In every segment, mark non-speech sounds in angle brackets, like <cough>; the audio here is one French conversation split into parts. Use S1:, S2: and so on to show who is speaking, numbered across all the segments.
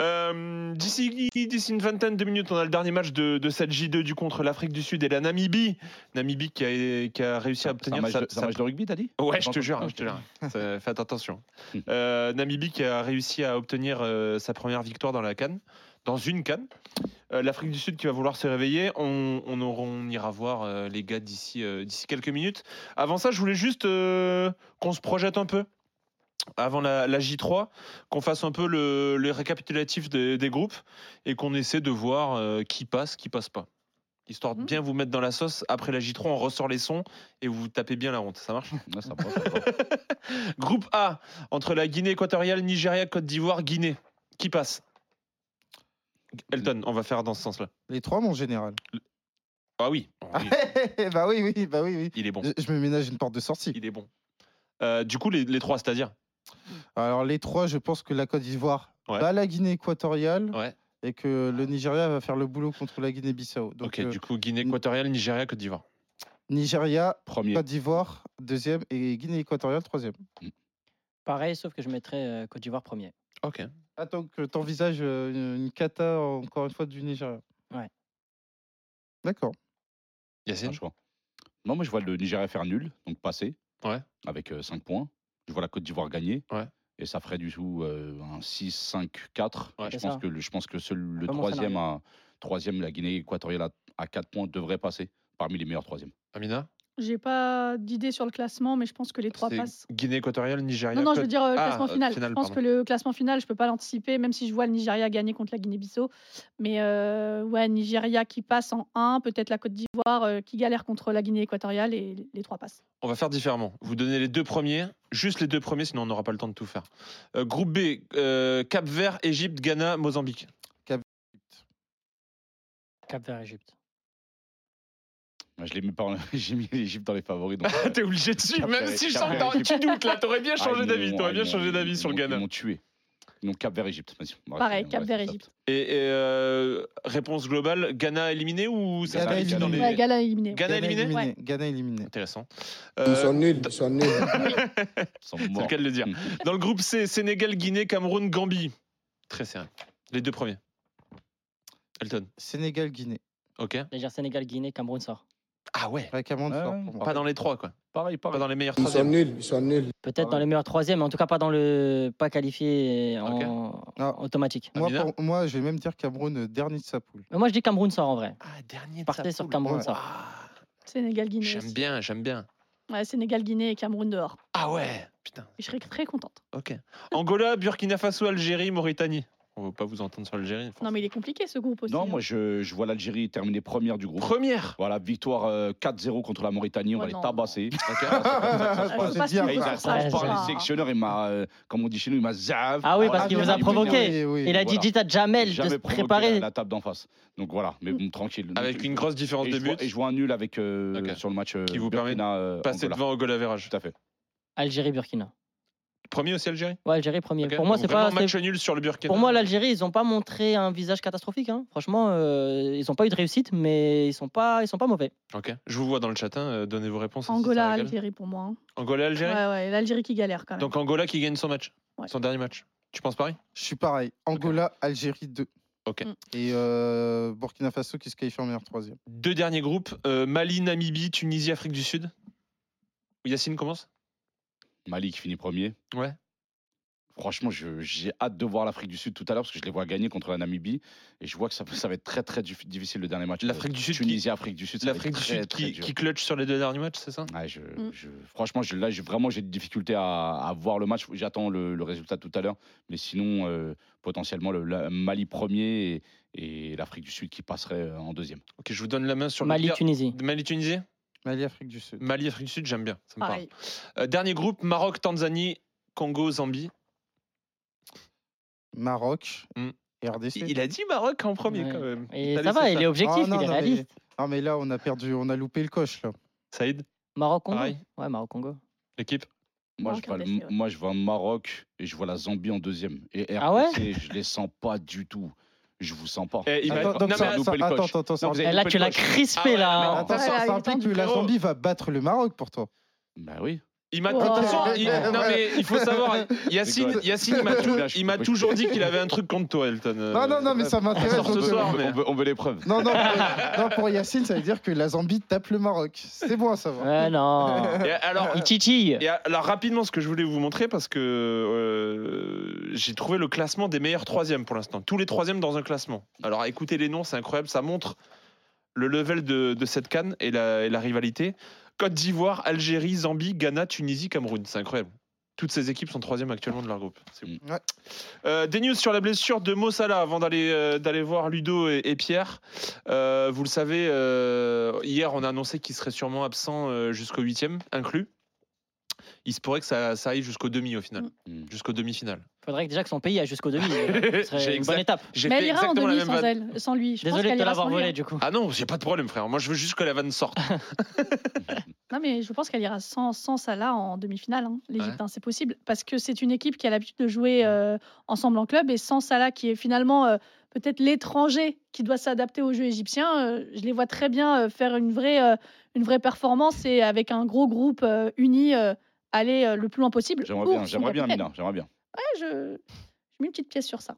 S1: Euh, d'ici, d'ici une vingtaine de minutes, on a le dernier match de, de cette J2 du contre l'Afrique du Sud et la Namibie. Namibie qui a, qui a réussi à
S2: C'est un
S1: obtenir
S2: match
S1: sa,
S2: de- c'est un
S1: sa-
S2: match de rugby, t'as dit
S1: Ouais, je te jure,
S2: Ok.
S1: je te jure. Ça- Faites attention. Euh, Namibie qui a réussi à obtenir euh, sa première victoire dans la canne, dans une canne. L'Afrique du Sud qui va vouloir se réveiller. On, on aura- on ira voir euh, les gars d'ici euh, d'ici quelques minutes. Avant ça, je voulais juste euh, qu'on se projette un peu. Avant la, la J3, qu'on fasse un peu le, le récapitulatif des, des groupes et qu'on essaie de voir euh, qui passe, qui passe pas. Histoire de
S3: Mhm.
S1: bien vous mettre dans la sauce. Après la J3, on ressort les sons et vous tapez bien la ronde. Ça marche <laughs>
S2: Ouais, ça va, ça va.
S1: Groupe A, entre la Guinée équatoriale, Nigeria, Côte d'Ivoire, Guinée. Qui passe Elton, on va faire dans ce sens-là.
S4: Les trois, mon <laughs> général.
S1: Ah oui, oui,
S4: bah oui, oui, bah oui, oui.
S1: il est bon.
S4: Je, je me ménage une porte de sortie.
S1: Il est bon. Euh, du coup, les, les trois, c'est-à-dire
S4: Alors, les trois, je pense que la Côte d'Ivoire
S1: Ouais.
S4: bat la Guinée équatoriale
S1: Ouais.
S4: et que le Nigeria va faire le boulot contre la Guinée-Bissau. Donc,
S1: Ok,
S4: euh,
S1: du coup, Guinée équatoriale, Nigeria, Côte d'Ivoire.
S4: Nigeria,
S2: Premier.
S4: Côte d'Ivoire, deuxième et Guinée équatoriale, troisième.
S5: Pareil, sauf que je mettrais euh, Côte d'Ivoire premier.
S1: Ok.
S4: Attends que t'envisages euh, une, une cata, encore une fois, du Nigeria.
S5: Ouais.
S4: D'accord.
S1: Yacine
S2: Franchement. Non, moi je vois le Nigeria faire nul, donc passer.
S1: Ouais.
S2: Avec 5 points. Je vois la Côte d'Ivoire gagner.
S1: Ouais.
S2: Et ça ferait du coup euh, un 6-5-4.
S1: Ouais.
S2: je,
S5: C'est
S2: pense
S5: ça.
S2: que le- je pense que seul le
S5: Pas mon
S2: troisième, à, troisième, la Guinée équatoriale à, à 4 points devrait passer parmi les meilleurs troisièmes.
S1: Amina
S3: J'ai pas d'idée sur le classement, mais je pense que les trois
S1: C'est
S3: passent.
S1: Guinée équatoriale, Nigeria,
S3: Non, non, je
S1: Côte
S3: veux dire euh, le
S1: Ah,
S3: classement
S1: euh,
S3: final.
S1: finale,
S3: je pense
S1: pardon.
S3: que le classement final, je peux pas l'anticiper, même si je vois le Nigeria gagner contre la Guinée-Bissau. Mais euh, ouais, Nigeria qui passe en 1, peut-être la Côte d'Ivoire euh, qui galère contre la Guinée équatoriale et les trois passent.
S1: On va faire différemment. Vous donnez les deux premiers, juste les deux premiers, sinon on n'aura pas le temps de tout faire. Euh, groupe B, euh, Cap Vert, Égypte, Ghana, Mozambique.
S5: Cap vers Égypte.
S2: Ah, Je l'ai mis par <laughs> le- j'ai mis l'Égypte dans les favoris.
S1: <laughs>
S2: donc, euh,
S1: T'es obligé de suivre,
S2: Cap
S1: même
S2: Vert,
S1: si je
S2: Cap
S1: sens que
S2: Vert,
S1: t'as un petit
S2: Égypte.
S1: doute là. T'aurais bien
S2: ah,
S1: changé
S2: ils
S1: d'avis.
S2: m'ont-
S1: T'aurais
S2: ah,
S1: bien
S2: ils
S1: changé
S2: m'ont-
S1: d'avis sur le
S2: ils m'ont-
S1: Ghana.
S2: Ils m'ont tué. Donc Cap vers Égypte. vas-y, on va
S3: Pareil,
S2: rester- on
S3: Cap
S2: reste
S3: vers
S2: sur ça.
S3: Égypte.
S1: Et, et, euh, réponse globale, Ghana éliminé ou ça
S4: Ghana
S1: s'arrête dans
S4: éliminé.
S1: les-
S4: Et-
S3: Ouais, Gala éliminé.
S1: Ghana éliminé
S4: Ghana éliminé.
S1: Intéressant.
S6: Ils sont
S1: Euh,
S6: nuls, ils sont nuls.
S2: Sans
S1: c'est le
S2: mort.
S1: cas de le dire. Dans le groupe C, Sénégal, Guinée, Cameroun, Gambie. Très serré. Les deux premiers. Elton,
S4: Sénégal, Guinée.
S1: ok.
S5: Déjà Sénégal, Guinée, Cameroun sort.
S1: Ah ouais.
S4: Avec Amande
S2: Ouais,
S4: fort
S2: ouais,
S4: pour moi.
S1: Pas dans les trois, quoi.
S2: Pareil,
S1: Pas
S2: pareil.
S1: dans les meilleurs
S6: Ils sont
S1: troisièmes.
S6: nuls, ils sont nuls.
S5: Peut-être
S4: Ah
S5: dans
S4: ouais.
S5: les meilleurs troisièmes, mais en tout cas pas dans le pas qualifié en
S4: Non.
S5: automatique.
S4: Moi,
S1: Amina
S4: pour- moi, je vais même dire Cameroun euh, dernier de sa poule.
S5: Mais moi je dis Cameroun sort en vrai.
S1: Ah, dernier. de
S5: Partez
S1: sa
S5: sur
S1: poule.
S5: Cameroun
S4: Ouais.
S5: sort.
S1: Ah,
S3: Sénégal-Guinée.
S1: J'aime
S3: aussi.
S1: bien, j'aime bien.
S3: Ouais, Sénégal-Guinée et Cameroun dehors.
S1: Ah ouais. Putain,
S3: Et je serais très contente.
S1: ok. Angola, Burkina Faso, Algérie, Mauritanie. On ne va pas vous entendre sur l'Algérie.
S3: Non, mais il est compliqué ce groupe aussi.
S2: Non,
S3: hein.
S2: moi je, je vois l'Algérie terminer première du groupe.
S1: Première.
S2: Voilà, victoire euh, 4-0 contre la Mauritanie, on
S3: Ouais,
S2: va
S3: non.
S2: les
S3: <laughs>
S2: tabasser.
S3: Ah, je peux
S4: c'est
S3: pas se
S2: <laughs>
S4: dire,
S2: Et
S3: tromper
S2: il a
S3: sur ça,
S2: trash par
S3: je hein.
S2: les
S3: sais pas.
S2: sectionneurs, il m'a, euh, comme on dit chez nous, il m'a zave.
S5: Ah oui,
S4: Ah,
S5: parce
S4: ah,
S5: qu'il vous
S4: bien,
S5: a
S4: oui,
S5: provoqué.
S4: oui, oui.
S5: Il a dit
S2: Voilà.
S5: dites à Jamel de
S2: Jamais
S5: se
S2: provoqué
S5: préparer.
S2: la, la table d'en face. Donc voilà, mais bon, tranquille.
S1: Avec
S2: Donc,
S1: une
S2: je-
S1: grosse différence
S2: et
S1: de
S2: je vois-
S1: but.
S2: Et je vois un nul avec euh,
S1: Ok.
S2: sur le match. euh,
S1: Qui vous permet de
S2: Burkina, euh,
S1: Passer
S2: Angola.
S1: devant Angola Verage.
S2: Tout à fait.
S5: Algérie, Burkina.
S1: Premier aussi Algérie.
S5: Ouais, Algérie premier.
S1: Ok.
S5: Pour moi
S1: Donc
S5: c'est
S1: vraiment
S5: pas. c'est-
S1: match hein. nul sur le Burkina.
S5: Pour moi, l'Algérie, ils n'ont pas montré un visage catastrophique. hein. Franchement, euh, ils n'ont pas eu de réussite, mais ils sont pas, ils sont pas mauvais.
S1: Ok, je vous vois dans le chat, hein, euh, donnez vos réponses. aussi, ça
S3: Angola,
S1: régale.
S3: Algérie pour moi. hein.
S1: Angola, Algérie.
S3: Ouais, ouais, l'Algérie qui galère quand même.
S1: Donc Angola qui gagne son match,
S3: Ouais.
S1: son dernier match. Tu penses pareil
S4: Je suis pareil. Angola, Algérie 2.
S1: Ok.
S3: Mm.
S4: Et euh, Burkina Faso qui se qualifie en meilleur troisième.
S1: Deux derniers groupes, euh, Mali, Namibie, Tunisie, Afrique du Sud. Yacine commence
S2: Mali qui finit premier.
S1: Ouais.
S2: Franchement, je- j'ai hâte de voir l'Afrique du Sud tout à l'heure parce que je les vois gagner contre la Namibie et je vois que ça, ça va être très très dif- difficile le dernier match.
S1: L'Afrique du Sud qui-
S2: Euh, Tunisie, Afrique du Sud. ça va être
S1: L'Afrique du
S2: très,
S1: Sud
S2: très
S1: qui,
S2: dur.
S1: qui clutch sur les deux derniers matchs, c'est ça
S2: Ouais, je-
S3: Mm.
S2: je- franchement, je, là, j'ai- vraiment, j'ai des difficultés à, à voir le match. J'attends le, le résultat tout à l'heure. Mais sinon, euh, potentiellement, le la- Mali premier et, et l'Afrique du Sud qui passerait euh, en deuxième.
S1: Ok, je vous donne la main sur
S5: Mali,
S1: le clair-
S5: Tunisie.
S1: Mali, Tunisie
S4: Mali, Afrique du Sud.
S1: Mali, Afrique du Sud, j'aime bien. ça me parle.
S3: pareil.
S1: Euh, dernier groupe, Maroc, Tanzanie, Congo, Zambie.
S4: Maroc
S1: Mm.
S4: et RDC.
S1: Il a dit Maroc en premier
S5: Ouais.
S1: quand même.
S5: Et
S1: T'as
S5: ça
S1: laissé
S5: va, il est objectif,
S4: Ah, non,
S5: il est
S4: non, mais-
S5: réaliste.
S4: Ah mais là on a perdu, on a loupé le coche là.
S1: Saïd,
S5: Maroc-Congo
S1: Pareil.
S5: Ouais, Maroc-Congo.
S1: l'équipe
S2: Moi,
S3: Maroc,
S2: je vois, le-
S3: RDC, ouais.
S2: moi, je vois Maroc et je vois la Zambie en deuxième. Et RDC,
S5: Ah ouais
S2: je les sens pas du tout. Je vous sens pas.
S1: Eh, il m'a-
S4: Attends,
S1: Non,
S4: Ah, donc
S1: mais
S4: ça-
S1: attends,
S4: ça-
S2: loupé le
S4: attends,
S2: coche.
S4: attends, attends,
S2: Non, vous avez
S4: ça-
S5: Eh, Là,
S2: loupé
S5: tu
S2: le
S5: l'as
S2: coach.
S5: crispé,
S1: Ah ouais,
S5: là.
S1: mais
S4: attends,
S3: Ouais,
S4: ça
S3: elle a
S4: ça
S3: eu le temps
S4: implique
S3: du
S4: que la
S3: frérot.
S4: Zambie va battre le Maroc pour toi.
S2: Bah oui.
S1: Il m'a.
S3: Wow.
S1: Attention, il- non mais il faut
S2: <laughs>
S1: savoir, Yacine,
S2: Rigole.
S1: Yacine, il m'a tout-
S2: Là, <laughs> je
S1: il m'a
S2: peux-
S1: toujours dit qu'il avait un truc contre toi, Elton.
S4: Ah Non, non, non,
S1: <laughs>
S4: mais ça m'intéresse.
S1: sort Euh, ce
S4: donc, euh,
S1: soir,
S2: on,
S1: mais-
S2: veut, on veut les preuves.
S4: Non, non, pour, non, pour Yacine, ça veut dire que la Zambie tape le Maroc. C'est bon à savoir.
S5: Ah non.
S1: <laughs> Et alors,
S4: euh,
S5: Il titille.
S1: Et alors rapidement, ce que je voulais vous montrer, parce que euh, j'ai trouvé le classement des meilleurs troisièmes pour l'instant. Tous les troisièmes dans un classement. Alors écoutez les noms, c'est incroyable, ça montre le level de, de cette canne et la, et la rivalité. Côte d'Ivoire, Algérie, Zambie, Ghana, Tunisie, Cameroun. C'est incroyable. Toutes ces équipes sont troisièmes actuellement de leur groupe. C'est ouf.
S4: Mm. Ouais.
S1: Euh, des news sur la blessure de Mossala avant d'aller euh, d'aller voir Ludo et, et Pierre. Euh, vous le savez, euh, hier on a annoncé qu'il serait sûrement absent euh, jusqu'au huitième inclus. Il se pourrait que ça, ça aille jusqu'au demi au final,
S2: Mm.
S1: jusqu'au demi-finale.
S5: Faudrait déjà que son pays aille jusqu'au demi. euh, Ce
S1: <laughs> J'ai
S5: serait une
S1: exact-
S5: bonne étape.
S1: J'ai
S3: Mais elle ira en
S1: exactement la
S3: demi
S1: même
S3: sans
S1: vanne.
S3: elle, sans lui. Je pense
S5: Désolé
S3: qu'elle
S5: de te
S3: ira
S5: l'avoir
S3: sans lui,
S5: volé
S3: hein.
S5: du coup.
S1: Ah non, j'ai pas de problème frère. Moi je veux juste que la vanne sorte.
S3: Non, mais je pense qu'elle ira sans, sans Salah en demi-finale, hein, l'Égypte.
S1: Ouais.
S3: hein, c'est possible. Parce que c'est une équipe qui a l'habitude de jouer euh, ensemble en club. Et sans Salah, qui est finalement euh, peut-être l'étranger qui doit s'adapter au jeu égyptien, euh, je les vois très bien euh, faire une vraie, euh, une vraie performance et avec un gros groupe euh, uni euh, aller euh, le plus loin possible.
S2: J'aimerais
S3: pour
S2: bien,
S3: son
S2: j'aimerais bien,
S3: capitaine.
S2: Mina, j'aimerais bien.
S3: Ouais, je... je mets une petite pièce sur ça.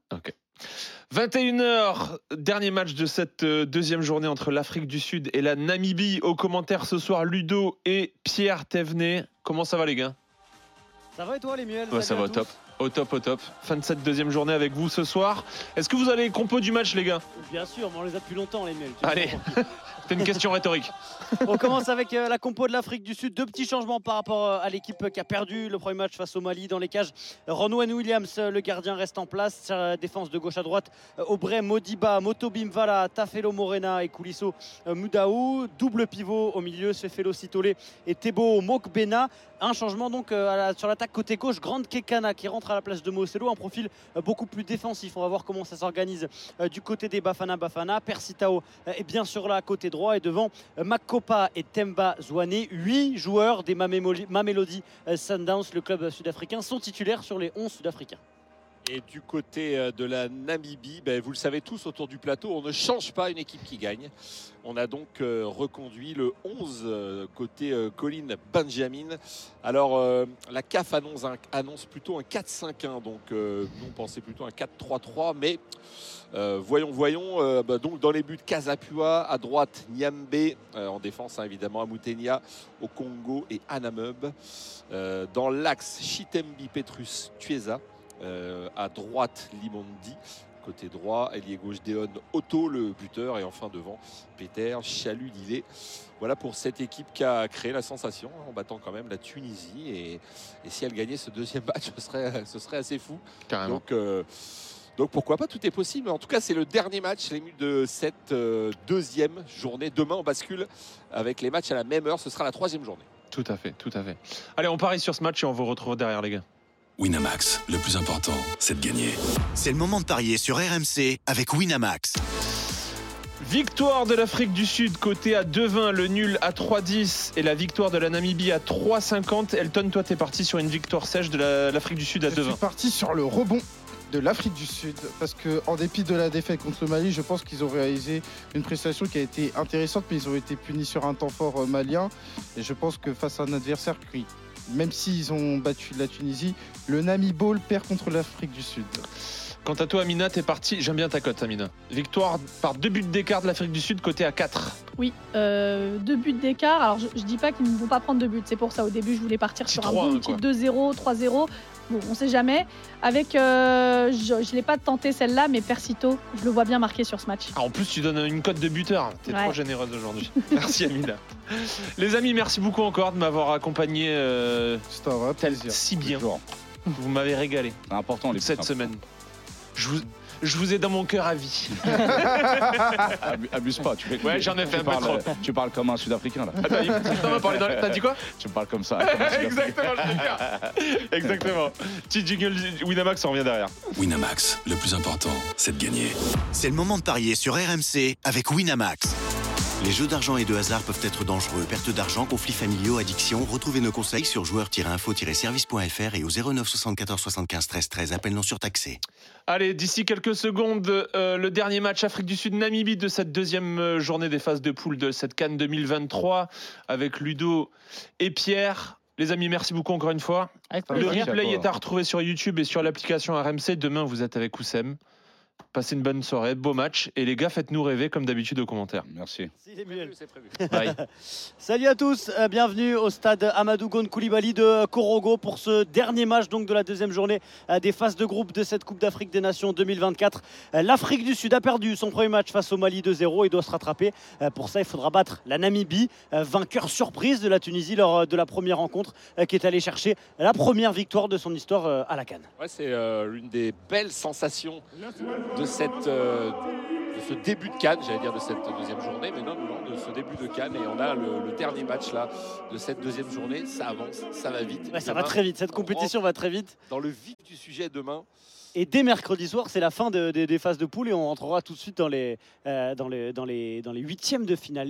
S1: 21h, dernier match de cette euh, deuxième journée entre l'Afrique du Sud et la Namibie. Au commentaire ce soir, Ludo et Pierre Thévenet. Comment ça va les gars
S6: Ça va et toi, les miels
S1: Ouais, ça va au top. Au top, au top. Fin de cette deuxième journée avec vous ce soir. Est-ce que vous avez les compos du match les gars
S6: Bien sûr, mais on les a depuis longtemps, les miels.
S1: Allez. <laughs> C'était une question rhétorique.
S6: On commence avec euh, la compo de l'Afrique du Sud. Deux petits changements par rapport euh, à l'équipe qui a perdu le premier match face au Mali dans les cages. Ronwen Williams, euh, le gardien, reste en place. Sur la Défense de gauche à droite, euh, Aubrey Modiba, Motobimvala, Tafelo Morena et Koulisso euh, Mudaou. Double pivot au milieu, Sefelo Sitole et Tebo Mokbena. Un changement donc euh, à la- sur l'attaque côté gauche, Grande Kekana qui rentre à la place de Moselo. Un profil euh, beaucoup plus défensif. On va voir comment ça s'organise euh, du côté des Bafana Bafana. Persitao euh, est bien sûr là côté droit et devant Makopa et Temba Zwane, 8 joueurs des Mamemoli- Mamelody euh, Sundowns, le club sud-africain, sont titulaires sur les 11 sud-africains.
S7: Et du côté euh, de la Namibie, ben, vous le savez tous autour du plateau, on ne change pas une équipe qui gagne. On a donc euh, reconduit le 11 euh, côté euh, Colin Benjamin. Alors euh, la CAF annonce, un- annonce plutôt un 4-5-1, donc euh, nous on pensait plutôt un 4-3-3, mais euh, voyons, voyons. euh, ben, donc dans les buts, Casapua, à droite Niambe, euh, en défense hein, évidemment Amutenia, au Congo et Anamub. Euh, dans l'axe, Chitembi Petrus Tuesa. Euh, à droite, Limondi. Côté droit, ailier gauche, Deon Otto, le buteur. Et enfin devant, Peter Chalut, Lillet. Voilà pour cette équipe qui a créé la sensation hein, en battant quand même la Tunisie. Et, et si elle gagnait ce deuxième <laughs> match, ce serait, ce serait assez fou.
S1: Carrément.
S7: Donc, euh, donc pourquoi pas, tout est possible. En tout cas, c'est le dernier match, les mules de cette euh, deuxième journée. Demain, on bascule avec les matchs à la même heure. Ce sera la troisième journée.
S1: Tout à fait, tout à fait. Allez, on parie sur ce match et on vous retrouve derrière les gars.
S8: Winamax, le plus important, c'est de gagner.
S9: C'est le moment de parier sur RMC avec Winamax.
S1: Victoire de l'Afrique du Sud côté à 2-20, le nul à 3-10 et la victoire de la Namibie à 3-50. Elton, toi, t'es parti sur une victoire sèche de la- l'Afrique du Sud à
S4: Je suis
S1: 2-20.
S4: parti sur le rebond de l'Afrique du Sud parce que en dépit de la défaite contre le Mali, je pense qu'ils ont réalisé une prestation qui a été intéressante, mais ils ont été punis sur un temps fort euh, malien. Et je pense que face à un adversaire qui, même s'ils ont battu la Tunisie, le Nami Ball perd contre l'Afrique du Sud.
S1: Quant à toi, Amina, t'es parti. J'aime bien ta cote, Amina. Victoire par deux buts d'écart de l'Afrique du Sud côté à 4.
S3: Oui, euh, deux buts d'écart. Alors, je, je dis pas qu'ils ne vont pas prendre de buts. C'est pour ça, au début, je voulais partir
S1: Petit
S3: sur
S1: 3,
S3: un bon
S1: quoi.
S3: petit 2-0, 3-0. Bon, on sait jamais. Avec, euh, je, je l'ai pas tenté celle-là, mais Persito, je le vois bien marqué sur ce match.
S1: Ah, en plus, tu donnes une cote de buteur. T'es
S3: Ouais.
S1: trop généreuse aujourd'hui. Merci, Amina. Les amis, merci beaucoup encore de m'avoir accompagné euh,
S4: C'est un vrai hein, plaisir.
S1: si bien.
S2: Toujours.
S1: Vous m'avez régalé.
S2: C'est important les
S1: cette
S2: putains.
S1: semaine. Je vous, je vous ai dans mon cœur à vie.
S2: Abu- Abuse pas, tu fais
S1: Ouais, j'en ai fait
S2: tu
S1: un peu
S2: parles,
S1: trop. Ah bah
S2: euh, Tu parles comme un Sud-Africain là.
S1: Attends, il- Tristan m'a parlé dans les- T'as dit quoi
S2: <laughs> Tu parles comme ça. comme un Sud-Africain.
S1: <laughs> Exactement, je te jure. Exactement. Petit jingle Winamax, on revient derrière.
S8: Winamax, le plus important, c'est de gagner.
S9: C'est le moment de parier sur RMC avec Winamax. Les jeux d'argent et de hasard peuvent être dangereux. Perte d'argent, conflits familiaux, addiction. Retrouvez nos conseils sur joueurs-info-service.fr et au 09 74 75 13 13. Appel non surtaxé.
S1: Allez, d'ici quelques secondes, euh, le dernier match Afrique du Sud-Namibie de cette deuxième euh, journée des phases de poule de cette Cannes 2023 avec Ludo et Pierre. Les amis, merci beaucoup encore une fois.
S3: Ah,
S5: Avec
S1: Le
S5: plaisir.
S2: à
S1: replay
S2: toi.
S1: est à retrouver sur YouTube et sur l'application RMC. Demain, vous êtes avec Oussem. Passez une bonne soirée, beau match. Et les gars, faites-nous rêver comme d'habitude aux commentaires.
S2: Merci.
S6: C'est prévu,
S7: C'est prévu.
S1: Bye.
S6: Salut à tous, euh, bienvenue au stade Amadou Gon Koulibaly de euh, Korogo pour ce dernier match donc de la deuxième journée euh, des phases de groupe de cette Coupe d'Afrique des Nations 2024. Euh, L'Afrique du Sud a perdu son premier match face au Mali 2-0 et doit se rattraper. Euh, Pour ça, il faudra battre la Namibie, euh, vainqueur surprise de la Tunisie lors euh, de la première rencontre euh, qui est allée chercher la première victoire de son histoire euh, à la Cannes.
S7: Ouais, c'est euh, l'une des belles sensations de, cette, euh, de ce début de Cannes, j'allais dire de cette deuxième journée, mais non, non, non, de ce début de Cannes. Et on a le, le dernier match là de cette deuxième journée. Ça avance, ça va vite.
S6: Ouais, ça
S7: Demain,
S6: va très vite, cette
S7: on
S6: compétition va très vite.
S7: rentre Dans le vif du sujet demain,
S6: Et dès mercredi soir, c'est la fin de- de- des phases de poule et on rentrera tout de suite dans les, euh, dans les, dans les, dans les huitièmes de finale.